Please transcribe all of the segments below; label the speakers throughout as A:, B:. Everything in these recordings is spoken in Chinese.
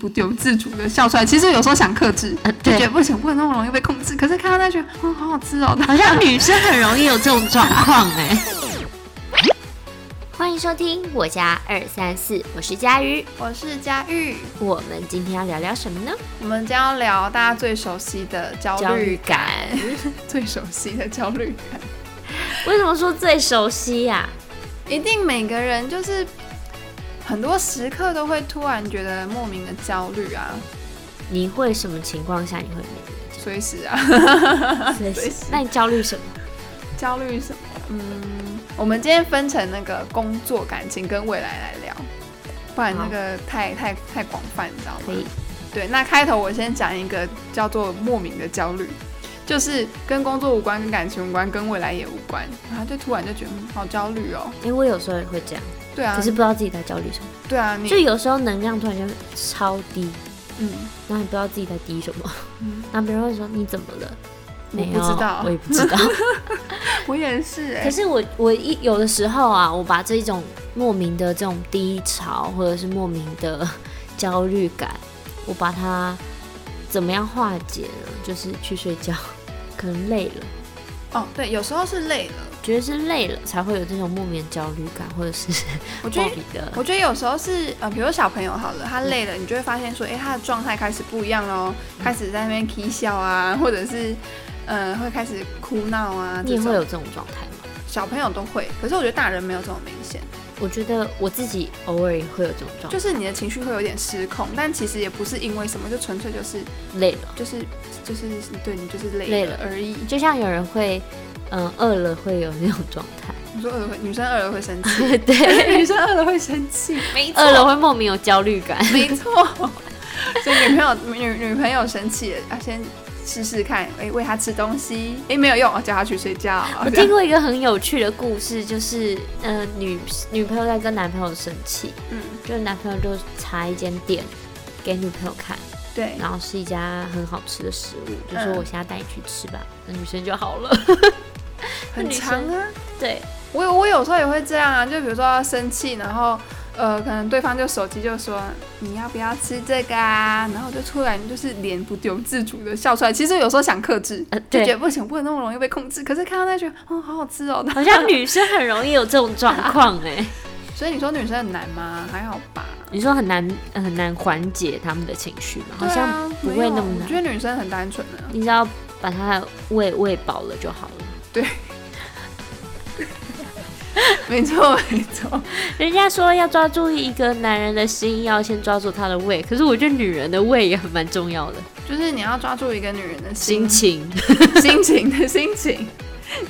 A: 不由自主的笑出来。其实有时候想克制，
B: 呃
A: 就
B: 对
A: 觉得不行，不能那么容易被控制。可是看到那觉得，嗯，好好吃哦。
B: 好像女生很容易有这种状况哎、
C: 欢迎收听我家二三四，我是佳瑜。
A: 我是佳玉，
C: 我们今天要聊聊什么呢？
A: 我们将要聊大家最熟悉的焦虑感，
C: 感。
A: 最熟悉的焦虑感，
C: 为什么说最熟悉啊呀、
A: 一定每个人就是很多时刻都会突然觉得莫名的焦虑啊，
C: 你会什么情况下你会 没
A: 随时啊。
C: 有？
A: 随时
C: 那你焦虑什么？
A: 焦虑什么？嗯，我们今天分成那个工作、感情跟未来来聊，不然那个太太太广泛，你知道吗？
C: 可以。
A: 对，那开头我先讲一个叫做莫名的焦虑，就是跟工作无关、跟感情无关、跟未来也无关，然后就突然就觉得嗯好焦虑哦。
C: 因为哎我有时候也会这样，
A: 对啊
C: 可，是不知道自己在焦虑什么。
A: 对啊，你
C: 就有时候能量突然间超低，
A: 嗯，
C: 然后你不知道自己在低什么，
A: 嗯
C: 然后别人会说你怎么了？
A: 我
C: 没
A: 不知
C: 有
A: 道
C: 我也不知道。
A: 我也是哎、
C: 可是我我一有的时候啊，我把这种莫名的这种低潮或者是莫名的焦虑感，我把它怎么样化解呢？就是去睡觉， 可能累了，
A: 哦，对，有时候是累了，
C: 觉得是累了才会有这种莫名的焦虑感，或者是
A: 我觉
C: 莫
A: 得
C: 名的
A: 我觉得有时候是呃，比如说小朋友好了，他累了，
C: 嗯
A: 你就会发现说，哎、他的状态开始不一样喽，开始在那边啼笑啊，或者是呃，会开始哭闹啊。
C: 你也
A: 这种
C: 会有这种状态吗？
A: 小朋友都会，可是我觉得大人没有这种明显，
C: 我觉得我自己偶尔也会有这种状态，
A: 就是你的情绪会有点失控，但其实也不是因为什么，就纯粹就是
C: 累了，
A: 就是就是对你就是累
C: 累
A: 了
C: 了
A: 而已。
C: 就像有人会嗯饿了会有那种状 态，
A: 你说饿了会，女生饿了会生气，
C: 对，
A: 女生饿了会生气，没
C: 饿了会莫名有焦虑感。
A: 没错。所以女朋友女女朋友生气了，要先试试看，哎、喂她吃东西，哎、没有用，哦叫她去睡觉。这
C: 我哦听
A: 样
C: 过一个很有趣的故事，就是呃女女朋友在跟男朋友生气，
A: 嗯，
C: 就男朋友就查一间店给女朋友看，
A: 对，
C: 然后是一家很好吃的食物，就说
A: 嗯
C: 我现在带你去吃吧，那女生就 好了。
A: 很长啊。
C: 对，
A: 我有我有时候也会这样啊，就比如说生气，然后呃，可能对方就手机就说你要不要吃这个啊，然后就突然就是脸不由自主的笑出来。其实有时候想克制，
C: 呃
A: 就觉得
C: 对，
A: 不行，不能那么容易被控制。可是看到那句，哦，好好吃哦。
C: 好像女生很容易有这种状 况哎、
A: 所以你说女生很难吗？还好吧。
C: 你说很难很难缓解他们的情绪吗？好
A: 对
C: 像
A: 啊
C: 不
A: 没
C: 会
A: 有
C: 那么
A: 我
C: 难
A: 觉得女生很单纯啊。
C: 你只要把它喂喂饱了就好了。
A: 没错，没错。
C: 人家说要抓住一个男人的心，要先抓住他的胃。可是我觉得女人的胃也很蛮重要的，
A: 就是你要抓住一个女人的心啊
C: 心情。
A: 心情的心情，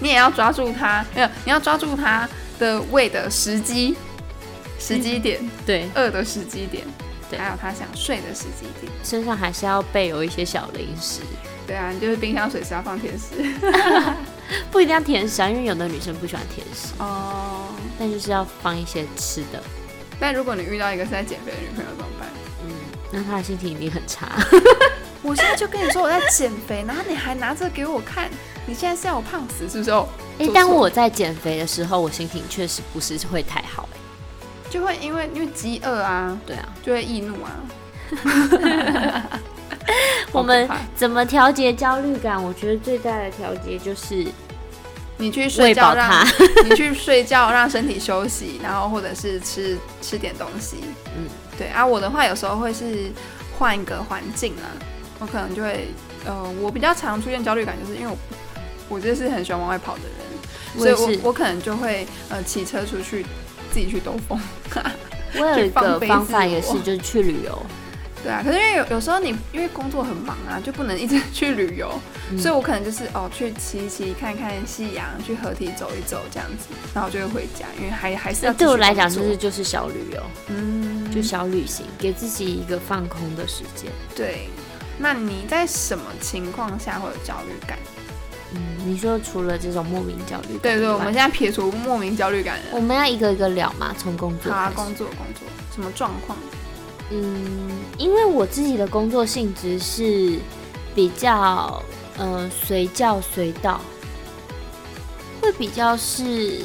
A: 你也要抓住她，没有，你要抓住她的胃的时机、时机点、
C: 对，
A: 饿的时机点，
C: 对
A: 还有她想睡的时机点。
C: 身上还是要备有一些小零食，
A: 对啊，你就是冰箱水是要放甜食
C: 不一定要甜食啊，因为有的女生不喜欢甜食，
A: 哦。
C: 但就是要放一些吃的。
A: 但如果你遇到一个是在减肥的女朋友怎么办？
C: 嗯，那她的心情一定很差。
A: 我现在就跟你说我在减肥，然后你还拿这给我看，你现在是要我胖死是不是？哦，
C: 哎、
A: 做
C: 但
A: 错
C: 我在减肥的时候，我心情确实不是会太好、欸。
A: 就会因为因为饥饿啊，
C: 对啊，
A: 就会易怒 啊。
C: 我们
A: 好可怕
C: 怎么调节焦虑感？我觉得最大的调节就是
A: 你去睡
C: 喂
A: 觉
C: 饱
A: 让
C: 它。
A: 你去睡觉， 让身体休息，然后或者是吃吃点东西。嗯
C: 嗯，
A: 对啊，我的话有时候会是换一个环境啦，我可能就会，呃，我比较常出现焦虑感，就是因为我我就是很喜欢往外跑的人，
C: 我
A: 所以
C: 也
A: 我
C: 是
A: 我可能就会呃骑车出去自己去兜风。
C: 我有一
A: 放
C: 个
A: 飞
C: 方
A: 自
C: 法也
A: 我
C: 是，就是去旅游。
A: 对啊，可是因为有有时候你因为工作很忙啊，就不能一直去旅游，
C: 嗯
A: 所以我可能就是哦去骑一骑，看看夕阳，去河堤走一走这样子，然后就会回家，因为还还是要
C: 那对我
A: 继续
C: 来讲，
A: 工
C: 就
A: 作
C: 是就是小旅游，
A: 嗯，
C: 就小旅行，给自己一个放空的时间。
A: 对。那你在什么情况下会有焦虑感？
C: 嗯，你说除了这种莫名焦虑
A: 对
C: 感以外，
A: 对，我们现在撇除莫名焦虑感了。
C: 我们要一个一个聊嘛，从工作
A: 好
C: 开
A: 啊，
C: 始。
A: 工作工作，什么状况？
C: 嗯，因为我自己的工作性质是比较呃随叫随到，会比较是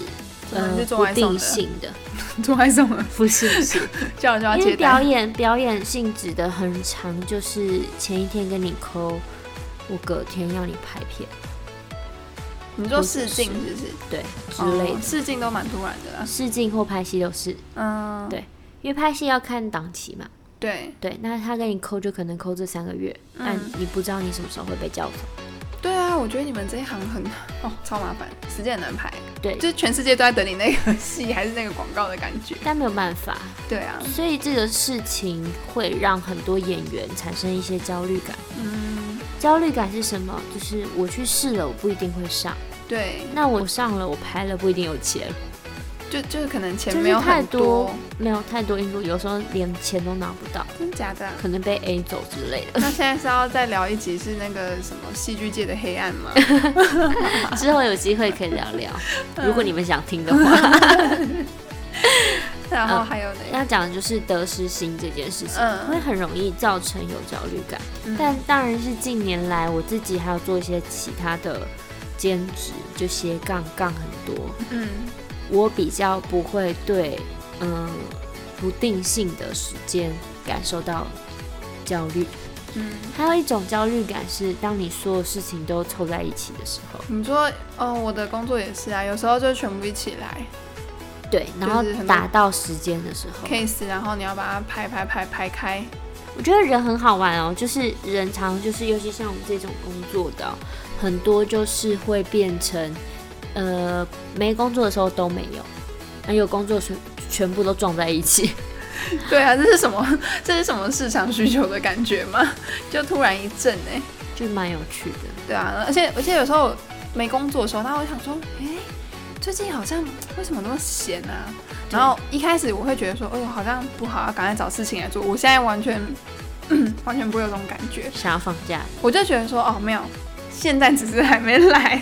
A: 怎么
C: 呃
A: 你是做
C: 不
A: 外送
C: 定
A: 的
C: 性的，
A: 做爱什么？
C: 不是不是，
A: 叫人就要
C: 因
A: 接
C: 为表
A: 待。
C: 演表演性质的很长，就是前一天跟你抠，我隔天要你拍片，
A: 你说试镜是不是？
C: 对之类
A: 哦
C: 的，
A: 试镜都蛮突然的啦。
C: 试镜或拍戏都是，
A: 嗯，
C: 对因为拍戏要看档期嘛，
A: 对
C: 对，那他跟你抠就可能抠这三个月，但
A: 嗯
C: 你不知道你什么时候会被叫走，
A: 对啊，我觉得你们这一行很 哦超麻烦，时间很难排，
C: 对
A: 就是全世界都在等你那个戏还是那个广告的感觉。
C: 但没有办法，
A: 对啊，
C: 所以这个事情会让很多演员产生一些焦虑感。
A: 嗯，
C: 焦虑感是什么？就是我去试了，我不一定会上；
A: 对，
C: 那我上了，我拍了，不一定有钱。
A: 就就是可能钱
C: 就是
A: 没有
C: 太
A: 很多
C: 多，没有太多因素，有时候连钱都拿不到，
A: 真假的啊、
C: 可能被 A 走之类
A: 那现在是要再聊一集是那个什么戏剧界的黑暗吗？
C: 的。之后有机会可以聊聊，
A: 嗯
C: 如果你们想听的话。
A: 然后还有呢？
C: 要讲的就是得失心这件事情，
A: 嗯
C: 会很容易造成有焦虑感。
A: 嗯
C: 但当然是近年来我自己还有做一些其他的兼职，就斜杠杠很多，
A: 嗯
C: 我比较不会对嗯不定性的时间感受到焦虑。
A: 嗯，
C: 还有一种焦虑感是当你所有事情都凑在一起的时候，
A: 你说哦，我的工作也是啊，有时候就全部一起来
C: 对，然后
A: 就是很多
C: 达到时间的时候，
A: case，然后你要把它排排排排开。
C: 我觉得人很好玩哦，就是人常就是，尤其像我们这种工作的哦、很多就是会变成，呃，没工作的时候都没有，那有工作的时候全部都撞在一起。
A: 对啊，这是什么？这是什么市场需求的感觉吗？就突然一阵哎、
C: 就蛮有趣的，
A: 对啊，而且而且有时候没工作的时候，那我想说，哎、最近好像为什么那么闲啊？然后一开始我会觉得说，哎呦，好像不好，要赶快找事情来做。我现在完全 完全不会有这种感觉，
C: 想要放假，
A: 我就觉得说，哦，没有，现在只是还没来。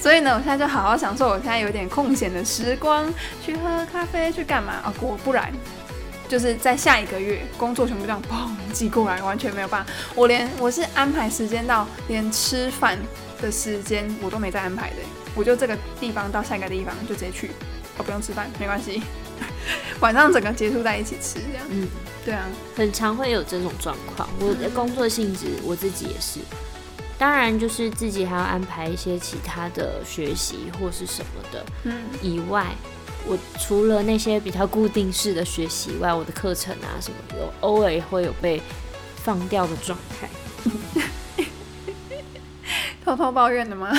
A: 所以呢，我现在就好好享受我现在有点空闲的时光，去喝喝咖啡，去干嘛啊？果不然，就是在下一个月，工作全部这样砰寄过来，完全没有办法。我连我是安排时间到连吃饭的时间我都没再安排的，我就这个地方到下一个地方就直接去，我、不用吃饭没关系， 晚上整个结束在一起吃这样。
C: 嗯，
A: 对啊，
C: 很常会有这种状况。我的工作性质，我自己也是。当然，就是自己还要安排一些其他的学习或是什么的，
A: 嗯
C: 以外，我除了那些比较固定式的学习以外，我的课程啊什么的，有偶尔也会有被放掉的状态。
A: 偷偷抱怨的吗？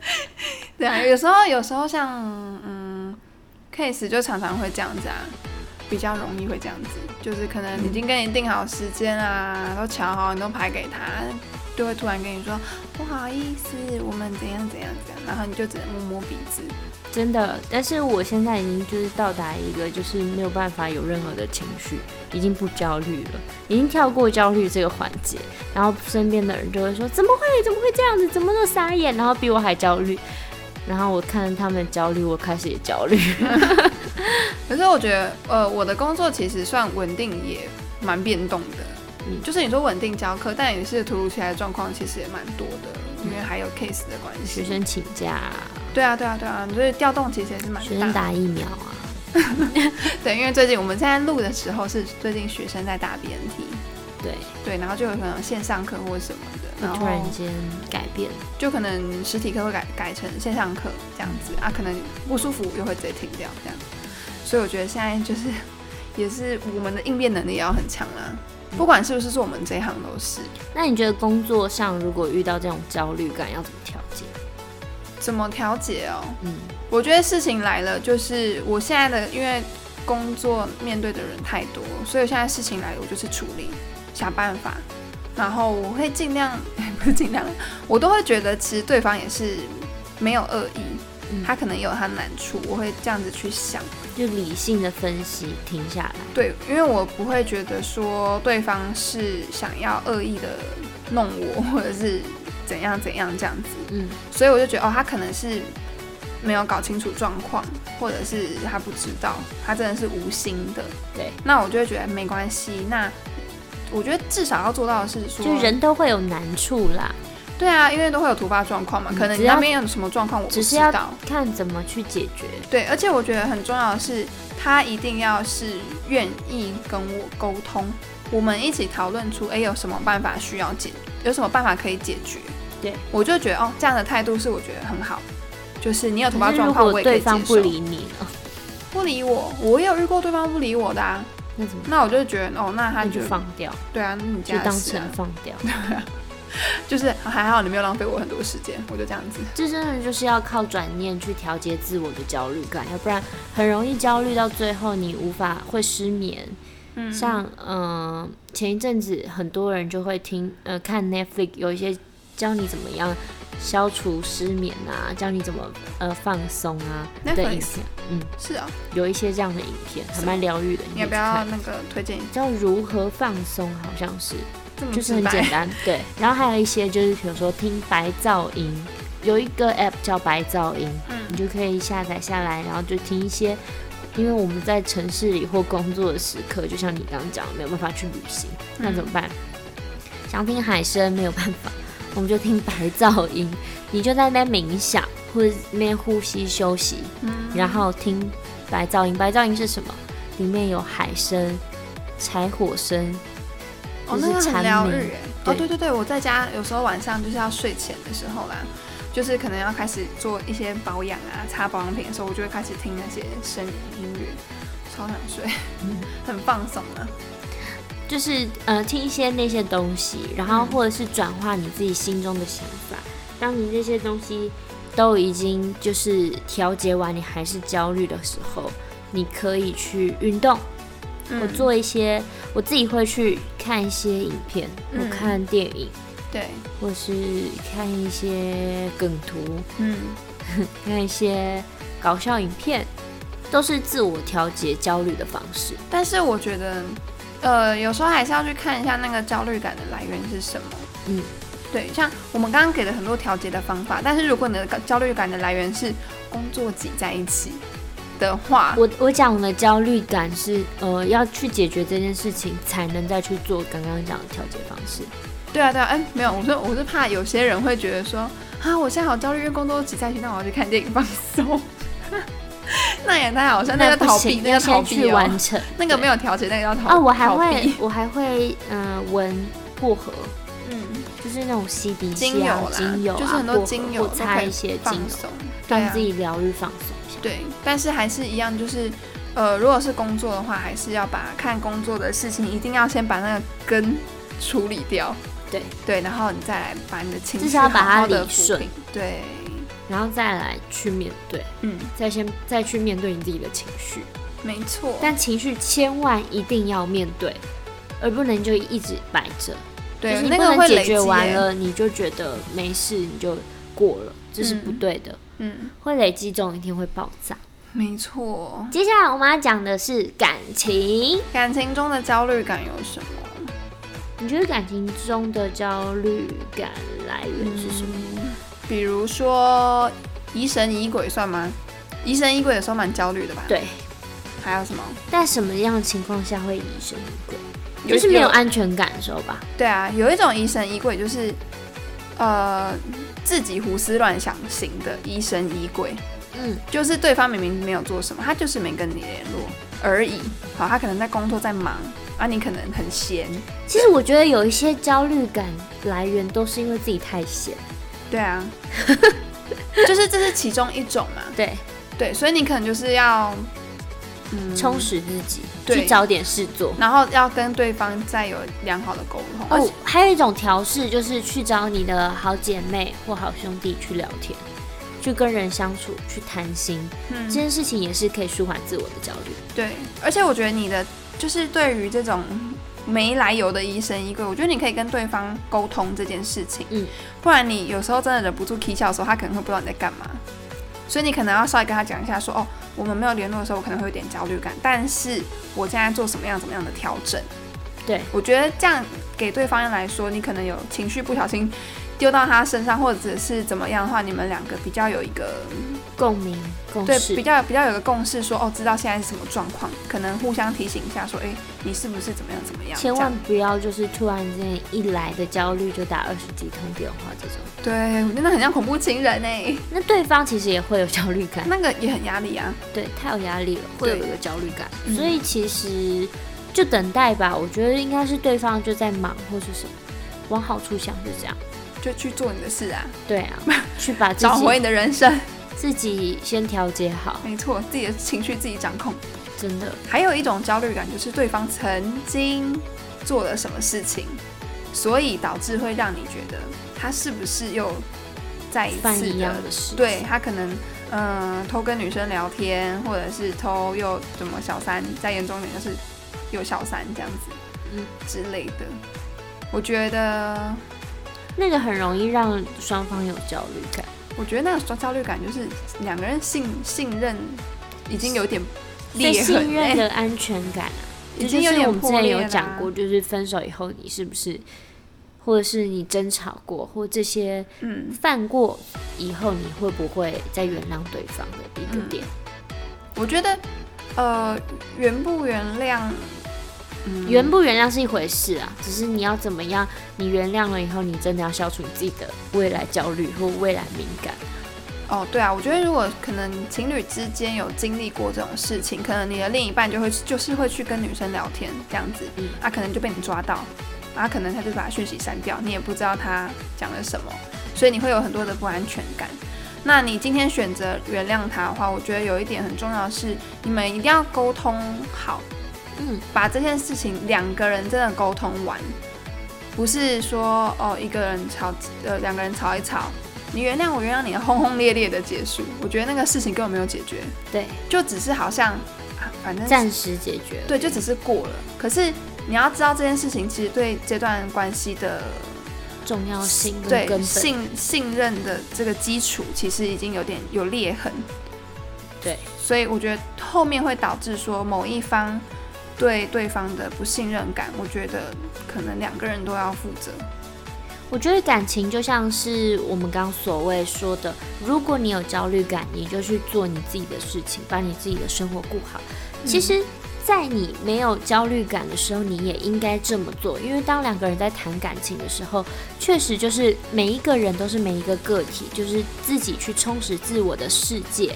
A: 对啊，有时候有时候像嗯 case 就常常会这样子啊，比较容易会这样子，就是可能已经跟你定好时间啊，都瞧好，你都排给他，就会突然跟你说不好意思，我们怎样怎样怎样，然后你就只能摸摸鼻子。
C: 真的，但是我现在已经就是到达一个就是没有办法有任何的情绪，已经不焦虑了，已经跳过焦虑这个环节，然后身边的人就会说怎么会怎么会这样子，怎么那么傻眼，然后比我还焦虑，然后我看他们焦虑，我开始也焦虑，
A: 可是我觉得，呃，我的工作其实算稳定，也蛮变动的。
C: 嗯
A: 就是你说稳定教课，但也是突如其来的状况，其实也蛮多的，因为还有 case 的关系。
C: 学生请假啊、
A: 对啊，对啊，对啊，所以调动其实也是蛮
C: 学生
A: 大的。
C: 打疫苗啊，
A: 对，因为最近我们现在录的时候是最近学生在打 BNT，
C: 对，
A: 对，然后就有可能线上课或者什么的，然
C: 突
A: 后
C: 然间改变。
A: 就可能实体课会改改成线上课这样子啊，可能不舒服又会直接停掉这样。所以我觉得现在就是也是我们的应变能力也要很强啦，不管是不是做我们这一行都是。
C: 那你觉得工作上如果遇到这种焦虑感，要怎么调节？
A: 怎么调节哦？
C: 嗯，
A: 我觉得事情来了，就是我现在的因为工作面对的人太多，所以现在事情来了，我就是处理，想办法。然后我会尽量， 不是尽量，我都会觉得其实对方也是没有恶意，
C: 嗯
A: 他可能也有他难处，我会这样子去想。
C: 就理性的分析，停下来。
A: 对，因为我不会觉得说对方是想要恶意的弄我，或者是怎样怎样这样子。
C: 嗯，
A: 所以我就觉得哦，他可能是没有搞清楚状况，或者是他不知道，他真的是无心的。
C: 对，
A: 那我就会觉得没关系。那我觉得至少要做到的是说，
C: 就人都会有难处啦。
A: 对啊，因为都会有突发状况嘛，可能
C: 只
A: 你
C: 要
A: 那边有什么状况我不
C: 只是
A: 知
C: 要
A: 道。
C: 看怎么去解决。
A: 对，而且我觉得很重要的是，他一定要是愿意跟我沟通，我们一起讨论出，哎，有什么办法需要解，有什么办法可以解决。
C: 对，
A: 我就觉得哦，这样的态度是我觉得很好，就是你有突
C: 可
A: 发
C: 是如
A: 状况，我
C: 果
A: 也可
C: 对
A: 以接
C: 方
A: 受。
C: 不理你哦了，
A: 不理我，我也有遇过对方不理我的啊，
C: 那怎么？
A: 那我就觉得哦，那他
C: 那就
A: 觉得
C: 放掉，
A: 对啊，那你
C: 就
A: 家的
C: 当
A: 事、啊
C: 成，放掉。
A: 就是还好你没有浪费我很多时间，我就这样子。
C: 这真的就是要靠转念去调节自我的焦虑感，要不然很容易焦虑到最后你无法会失眠。
A: 嗯，
C: 像嗯、呃前一阵子很多人就会听呃看 Netflix 有一些教你怎么样消除失眠啊，教你怎么呃放松啊的影
A: Netflix
C: 片，嗯，
A: 是啊、
C: 有一些这样的影片还
A: 是
C: 蛮疗愈的，
A: 你要不
C: 可以去
A: 要
C: 看
A: 那个推荐
C: 叫如何放松，好像是
A: 这么
C: 就是
A: 直
C: 很
A: 嗯白？
C: 简 单，对。然后还有一些就是比如说听白噪音，有一个 app 叫白噪音，
A: 嗯
C: 你就可以下载下来，然后就听一些。因为我们在城市里或工作的时刻，就像你刚刚讲，没有办法去旅行，那怎么办？嗯想听海声没有办法， 我们就听白噪音，你就在那边冥想或者那边呼吸休息，
A: 嗯
C: 然后听白噪音。白噪音是什么？里面有海声、柴火声，
A: 哦，
C: 就
A: 那个
C: 是
A: 很
C: 蝉
A: 疗
C: 鸣
A: 愈哎。哦，
C: 对
A: 对对对，我在家有时候晚上就是要睡前的时候啦，就是可能要开始做一些保养啊、擦保养品的时候，我就会开始听那些声音音乐，超想睡，
C: 嗯
A: 很放松啊。
C: 就是呃听一些那些东西，然后
A: 嗯
C: 或者是转化你自己心中的想法。当你这些东西都已经就是调节完，你还是焦虑的时候，你可以去运动，
A: 嗯
C: 我做一些，我自己会去看一些影片，
A: 嗯
C: 我看电影，
A: 对，
C: 或是看一些梗图，
A: 嗯，
C: 看一些搞笑影片，都是自我调节焦虑的方式。
A: 但是我觉得，呃，有时候还是要去看一下那个焦虑感的来源是什么。
C: 嗯，
A: 对，像我们刚刚给了很多调节的方法，但是如果你的焦虑感的来源是工作挤在一起的话，
C: 我我讲的焦虑感是，呃，要去解决这件事情，才能再去做刚刚讲的调节方式。
A: 对啊，对啊，哎，没有，我是我是怕有些人会觉得说，啊，我现在好焦虑，因为工作挤在一起，那我要去看电影放松。 那也太好笑，那个
C: 不
A: 逃避
C: 行，，
A: 那
C: 要
A: 个逃
C: 先
A: 避、
C: 去
A: 哦、
C: 完成。
A: 那个没有调节，那个叫逃
C: 啊，我还
A: 逃
C: 会
A: 避，
C: 我还会，嗯、闻薄荷，
A: 嗯，
C: 就是那种吸鼻
A: 精
C: 剂
A: 油
C: 啊
A: 啦，，
C: 精油啊，
A: 就是很
C: 薄
A: 多
C: 荷
A: 精油
C: 或
A: 都
C: 擦
A: 可以
C: 一些
A: 放
C: 精油，
A: 松，对
C: 让
A: 啊
C: 自，己疗愈放松一下。
A: 对，但是还是一样，就是，呃，如果是工作的话，还是要把看工作的事情，一定要先把那个根处理掉，
C: 对
A: 对，然后你再来把你的情
C: 至
A: 绪
C: 少
A: 好
C: 把它
A: 好的
C: 理
A: 抚
C: 顺
A: 平，对，
C: 然后再来去面对，
A: 嗯，
C: 再先再去面对你自己的情绪。
A: 没错，
C: 但情绪千万一定要面对，而不能就一直摆着。就
A: 对，
C: 是你
A: 那
C: 不
A: 个会
C: 能解
A: 累积
C: 决完
A: 耶，
C: 了，你就觉得没事，你就过了，这是不
A: 嗯
C: 对的，
A: 嗯，
C: 会累积，总有一天会爆炸。
A: 没错。
C: 接下来我们要讲的是感情，
A: 感情中的焦虑感有什么？
C: 你觉得感情中的焦虑感来源是什么？
A: 嗯比如说疑神疑鬼算吗？疑神疑鬼有时候蛮焦虑的吧？。
C: 对，
A: 还有什么？
C: 在什么样的情况下会疑神疑鬼？
A: 有
C: 就是没有
A: 有
C: 安全感的时候吧。
A: 对啊，有一种疑神疑鬼就是，呃，自己胡思乱想型的疑神疑鬼，
C: 嗯，
A: 就是对方明明没有做什么，他就是没跟你联络而已。好，他可能在工作在忙，啊，你可能很闲。
C: 其实我觉得有一些焦虑感来源都是因为自己太闲。
A: 对 啊，就是这是其中一种嘛。
C: 对，
A: 对，所以你可能就是要，嗯，
C: 充实自己，
A: 对
C: 去找点事做。
A: 然后要跟对方再有良好的沟通。而
C: 哦
A: 且，
C: 还有一种调试就是去找你的好姐妹或好兄弟去聊天，去跟人相处，去谈心，这
A: 嗯，
C: 件事情也是可以舒缓自我的焦虑。
A: 对，而且我觉得你的就是对于这种没来由的疑神疑鬼，我觉得你可以跟对方沟通这件事情。
C: 嗯，
A: 不然你有时候真的忍不住啼笑的时候，他可能会不知道你在干嘛。所以你可能要稍微跟他讲一下说哦，我们没有联络的时候，我可能会有点焦虑感，但是我现在做什么样怎么样的调整。
C: 对，
A: 我觉得这样给对方来说，你可能有情绪不小心丢到他身上，或者是怎么样的话，你们两个比较有一个
C: 共鸣共
A: 对
C: 识
A: 比，较比较有个共识说，哦，知道现在是什么状况，可能互相提醒一下说，哎、你是不是怎么样怎么样？
C: 千
A: 这样
C: 万不要就是突然间一来的焦虑就打二十几通电话这种，
A: 对，我真的很像恐怖情人哎、
C: 那对方其实也会有焦虑感，
A: 那个也很压力啊。
C: 对，太有压力了，会有
A: 对
C: 一个焦虑感，
A: 嗯
C: 所以其实就等待吧。我觉得应该是对方就在忙或是什么，往好处想就这样。
A: 就去做你的事啊，
C: 对 啊，去把自
A: 找回
C: 己
A: 你的人生。
C: 自己先调节好，
A: 没错，自己的情绪自己掌控。
C: 真的
A: 还有一种焦虑感就是对方曾经做了什么事情，所以导致会让你觉得他是不是又再一
C: 犯
A: 次
C: 一
A: 的
C: 样的事，
A: 对，他可能嗯、呃偷跟女生聊天，或者是偷又怎么小三，再严重点就是有小三这样子，
C: 嗯
A: 之类的。我觉得，
C: 那个很容易让双方有焦虑感。
A: 我觉得那个焦虑感就是两个人信信任已经有点
C: 对
A: 裂痕
C: 信
A: 欸、
C: 任的安全感啊，
A: 已
C: 这
A: 经有
C: 就是我
A: 点
C: 们之
A: 破
C: 前
A: 裂
C: 有
A: 啦
C: 讲过，就是分手以后你是不是，或者是你争吵过，或这些
A: 嗯，
C: 犯过以后，你会不会再原谅对方的一个点？
A: 嗯我觉得呃，原不原谅，嗯，
C: 原不原谅是一回事啊，只是你要怎么样，你原谅了以后，你真的要消除你自己的未来焦虑或未来敏感。
A: 哦，对啊，我觉得如果可能情侣之间有经历过这种事情，可能你的另一半就会就是会去跟女生聊天这样子，
C: 嗯
A: 啊，可能就被你抓到，啊，可能他就把讯息删掉，你也不知道他讲了什么，所以你会有很多的不安全感。那你今天选择原谅他的话，我觉得有一点很重要的是，你们一定要沟通好，
C: 嗯，
A: 把这件事情两个人真的沟通完，不是说哦一个人吵，呃两个人吵一吵，你原谅我原谅你，轰轰烈烈的结束。我觉得那个事情根本没有解决，
C: 对，
A: 就只是好像，啊、反正
C: 暂时解决。
A: 对，就只是过了。可是你要知道这件事情其实对这段关系的
C: 重要性跟根
A: 对
C: 本，
A: 信信任的这个基础，其实已经有点有裂痕。
C: 对，
A: 所以我觉得后面会导致说某一方对对方的不信任感，我觉得可能两个人都要负责。
C: 我觉得感情就像是我们刚刚所谓说的，如果你有焦虑感，你就去做你自己的事情，把你自己的生活顾好。其实，在你没有焦虑感的时候，你也应该这么做，因为当两个人在谈感情的时候，确实就是每一个人都是每一个个体，就是自己去充实自我的世界。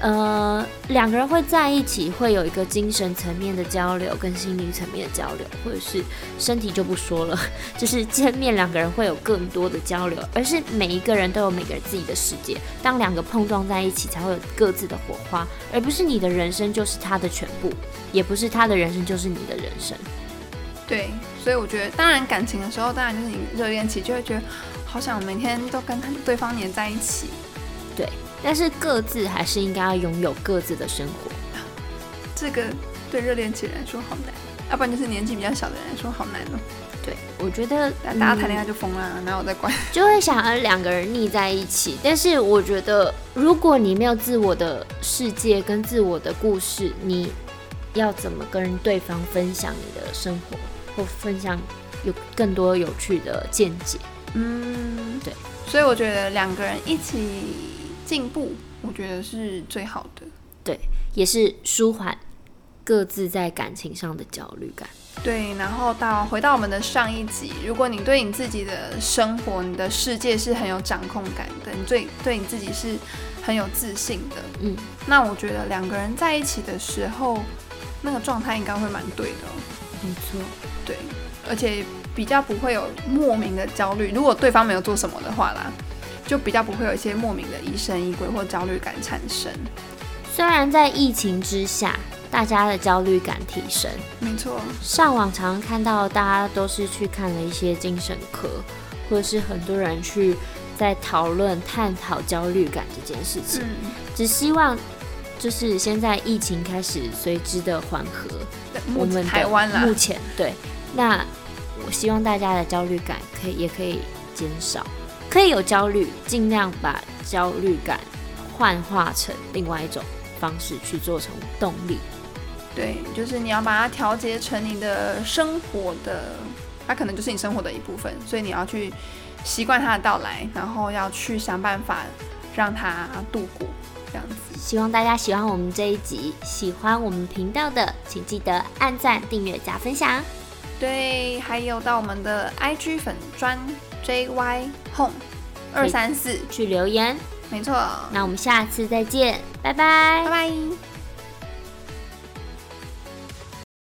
C: 呃，两个人会在一起，会有一个精神层面的交流，跟心灵层面的交流，或者是身体就不说了。就是见面两个人会有更多的交流，而是每一个人都有每个人自己的世界，当两个碰撞在一起，才会有各自的火花，而不是你的人生就是他的全部，也不是他的人生就是你的人生。
A: 对，所以我觉得，当然感情的时候，当然就是你热恋期就会觉得好想每天都跟他对方黏在一起。
C: 但是各自还是应该要拥有各自的生活。
A: 这个对热恋期的人来说好难，要不然就是年纪比较小的人来说好难哦。
C: 对，我觉得嗯
A: 大家谈恋爱
C: 爱
A: 就疯啦，哪有在管？
C: 就会想要两个人腻在一起，但是我觉得如果你没有自我的世界跟自我的故事，你要怎么跟对方分享你的生活，或分享有更多有趣的见解？
A: 嗯，
C: 对。
A: 所以我觉得两个人一起进步，我觉得是最好的。
C: 也是舒缓各自在感情上的焦虑感。
A: 对，然后到回到我们的上一集，如果你对你自己的生活、你的世界是很有掌控感的，你对对你自己是很有自信的，
C: 嗯，
A: 那我觉得两个人在一起的时候，那个状态应该会蛮对的哦、
C: 没错，
A: 对，而且比较不会有莫名的焦虑。如果对方没有做什么的话啦，就比较不会有一些莫名的疑神疑鬼或焦虑感产生。
C: 虽然在疫情之下，大家的焦虑感提升，
A: 没错，
C: 上网常常看到大家都是去看了一些精神科，或者是很多人去在讨论探讨焦虑感这件事情，
A: 嗯，
C: 只希望就是现在疫情开始随之的缓和，
A: 目
C: 我们
A: 前嗯
C: 的
A: 台湾啦
C: 目，前对，那我希望大家的焦虑感可以也可以减少，可以有焦虑，尽量把焦虑感幻化成另外一种方式去做成动力。
A: 对，就是你要把它调节成你的生活的，它可能就是你生活的一部分，所以你要去习惯它的到来，然后要去想办法让它度过，这样子。
C: 希望大家喜欢我们这一集，喜欢我们频道的，请记得按赞、订阅、加分享。
A: 对，还有到我们的 IG 粉砖 JY Home 二三四，
C: 去留言。
A: 没错，
C: 那我们下次再见，拜
A: 拜
C: 拜。
A: 拜。